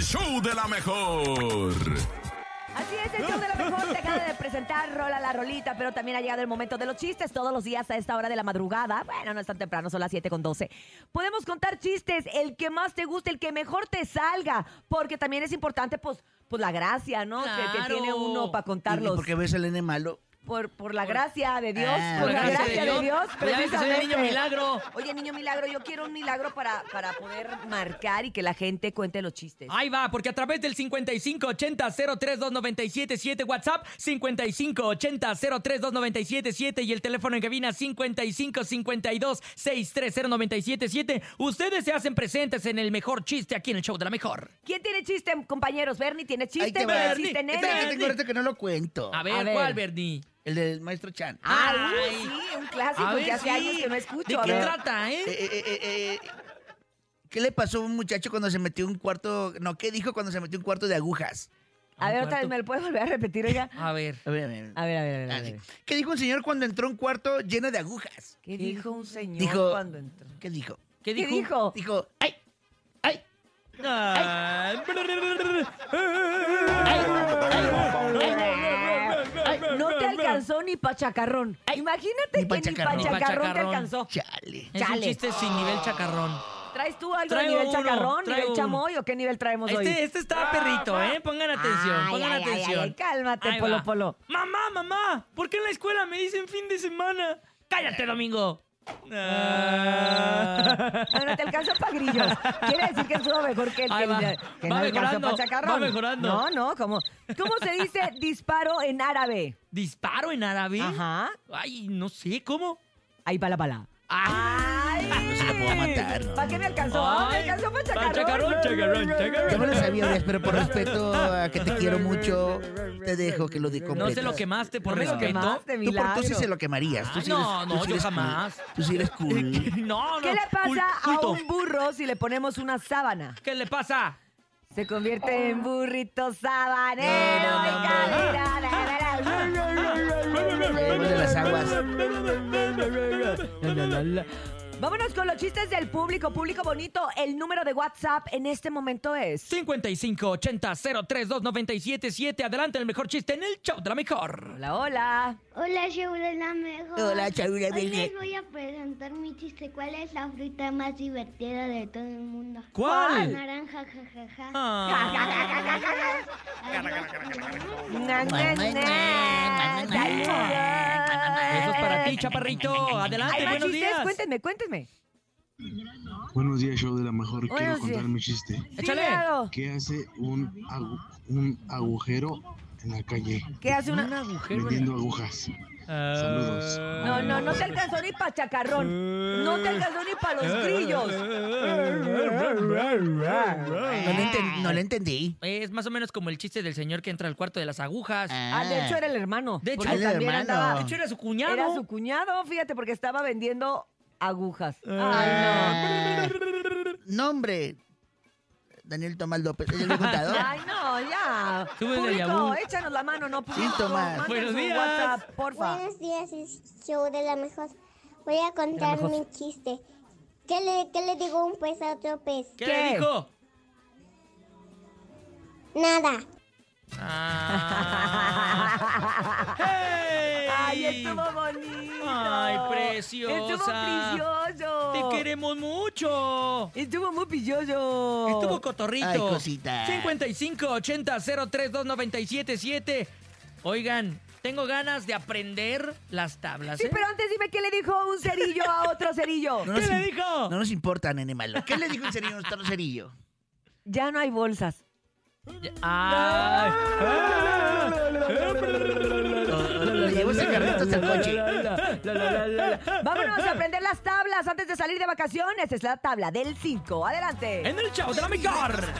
show de la mejor. Así es, el show de la mejor te acaba de presentar Rola la Rolita, pero también ha llegado el momento de los chistes todos los días a esta hora de la madrugada. Bueno, no es tan temprano, son las 7 con 12. Podemos contar chistes, el que más te guste, el que mejor te salga, porque también es importante, pues, pues la gracia, ¿no? Que- Que, Claro. tiene uno para contarlos. Porque ves el N malo. Por, por la gracia de Dios, Ah, por la gracia de Dios, Ya ves que soy el precisamente. niño milagro. Oye, niño milagro, yo quiero un milagro para, para poder marcar y que la gente cuente los chistes. Ahí va, porque a través del 5580-032977, WhatsApp 5580-032977 y el teléfono en cabina 5552-630977, ustedes se hacen presentes en el mejor chiste aquí en el show de la mejor. ¿Quién tiene chiste, compañeros? Bernie tiene Ahí chiste, te va. Bernie Bernie, chiste Este nene. que tengo ahorita que no lo cuento. A ver, A ver. ¿cuál, Bernie? El del maestro Chan. Ah, uy, Ay. sí, un clásico A que ver, hace sí. años que no escucho. ¿De A qué ver. trata, eh? Eh, eh, eh, eh, eh, ¿Qué le pasó a un muchacho cuando se metió un cuarto? No, ¿qué dijo cuando se metió un cuarto de agujas? A ver, otra vez, ¿me lo puedes volver a repetir, oiga? A ver. A ver, a ver. A ver, a ver, a ver. a Ah, sí. ver. ¿Qué dijo un señor cuando entró a un cuarto lleno de agujas? ¿Qué dijo un señor Dijo- cuando entró? ¿Qué dijo? ¿Qué dijo? Dijo, ¡ay! ¡ay! Ay. No te alcanzó ni pachacarrón. Imagínate Ni que pachacarrón. ni Ni pachacarrón te pachacarrón. alcanzó. ¡Chale! Es un Chale. chiste sin nivel chacarrón. ¿Traes tú algo de Traigo nivel uno, chacarrón, nivel traigo chamoy o qué nivel traemos hoy? Este, este está perrito, ¿eh? Pongan atención, Ah, Ay, pongan ay, ay, atención. ay, cálmate, Ahí Polo va. Polo. Mamá, mamá, ¿por qué en la escuela me dicen fin de semana? Cállate, Domingo. Ah. No, no te alcanza para grillos. Quiere decir que estuvo mejor que el Ahí que, va. que Va no alcanzó mejorando, para chacarrón. va mejorando. No, no, ¿cómo? ¿Cómo se dice disparo en árabe? ¿Disparo en árabe? Ajá. Ay, no sé, ¿cómo? Ah, Ahí va la bala. ¡Ay! No se la puedo matar, no. ¿Para qué me alcanzó? Ah, me Ay, alcanzó para para chacarrón. chacarrón, chacarrón, chacarrón. Yo me lo sabía, Urias, pero por respeto a que te quiero mucho, te dejo que lo di completo. No se lo quemaste por No me lo respeto. quemaste, Tú, por- tú milagro. sí se lo quemarías. Tú Ay, sí no, eres- no, tú sí yo eres cool. jamás. Tú sí eres cool. No, no. ¿Qué le cul- pasa a culto. un burro si le ponemos una sábana? ¿Qué le pasa? Se convierte en burrito sabanero Ah. No, no, y no, Ah. cadera, la, la, la. Vuelve a las aguas. Vámonos con los chistes del público, público bonito. El número de WhatsApp en este momento es 5580-032977. Adelante, el mejor chiste en el show de la mejor. Hola, hola. Hola, yo es la mejor. Hola, Shaula, Hoy venga. les voy a presentar mi chiste. ¿Cuál es la fruta más divertida de todo el mundo? ¿Cuál? Naranja, jajaja. Ah. Na, na, na. Eso es para ti, chaparrito. Adelante, ¿Hay más buenos chistes? días. Cuéntenme, cuéntenme. Buenos días, show de la mejor. Buenos Quiero contar días. Oh. mi chiste. Échale. Sí, claro. ¿Qué hace un, agu- un agujero en la calle ¿Qué hace una...? agujero. en vendiendo agujas? la- Saludos. No, no, no te alcanzó ni para chacarrón. No te alcanzó ni para los grillos. No lo, enten- no lo entendí. Es más o menos como el chiste del señor que entra al cuarto de las agujas. Ah, de hecho era el hermano. De hecho, porque era el también hermano. andaba- De hecho, era su cuñado. Era su cuñado, fíjate, porque estaba vendiendo agujas. Ay, Ah. Nombre. Daniel Tomás López. ¿Es el no. contador? Ay, no, ya. Súbele, Público, Yabú. échanos la mano, no, público. Tomás. manden Buenos su días. WhatsApp, porfa. Buenos días, es show de la mejor. Voy a contar mi chiste. ¿Qué le, ¿Qué le digo un pez a otro pez? ¿Qué, ¿Qué? le dijo? Nada. Ah. ¡Hey! Ay, estuvo bonito. Ay, preciosa. Estuvo precioso. Te queremos mucho. Estuvo muy pilloso. Estuvo cotorrito. Ay, cosita. 5580-032977. Oigan, tengo ganas de aprender las tablas. Sí, ¿eh? pero antes dime qué le dijo un cerillo a otro cerillo. No ¿Qué nos le im- dijo? No nos importa, nene malo. ¿Qué le dijo un cerillo a nuestro cerillo? Ya no hay bolsas. Ay. Le llevo ese carrito hasta el coche. Vámonos a aprender las tablas antes de salir de vacaciones. Es la tabla del 5. Adelante. En el show de la mejor.